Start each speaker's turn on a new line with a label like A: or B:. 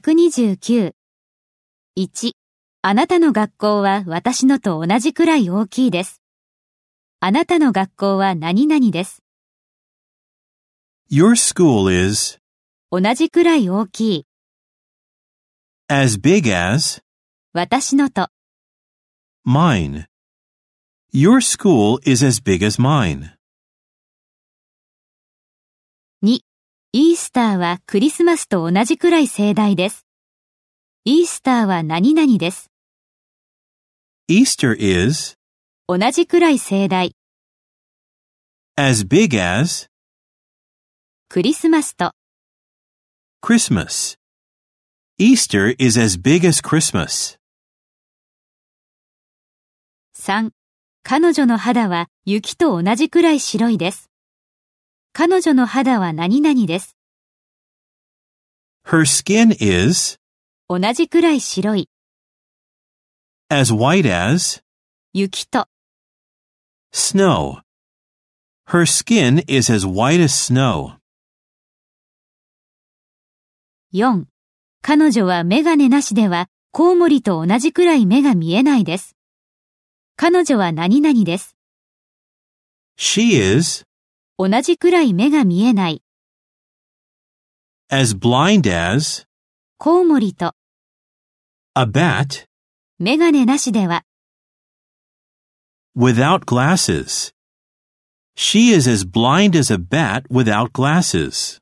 A: 129.1. あなたの学校は私のと同じくらい大きいです。あなたの学校は何々です。
B: Your school is
A: 同じくらい大きい。
B: as big as
A: 私のと。
B: mine. Your school is as big as mine.
A: イースターはクリスマスと同じくらい盛大です。イースターは何々です。
B: Easter is
A: 同じくらい盛大。
B: as big as
A: クリスマスと。
B: Christmas. Easter is as big as Christmas.
A: 3. 彼女の肌は雪と同じくらい白いです。彼女の肌は何々です。
B: Her skin is
A: 同じくらい白い。
B: as white as
A: 雪と。
B: snow. Her skin is as white as snow.
A: 4. 彼女はメガネなしではコウモリと同じくらい目が見えないです。彼女は何々です。
B: She is
A: 同じくらい目が見えない。
B: as blind as
A: コウモリと
B: a bat
A: メガネなしでは
B: without glasses. She is as blind as a bat without glasses.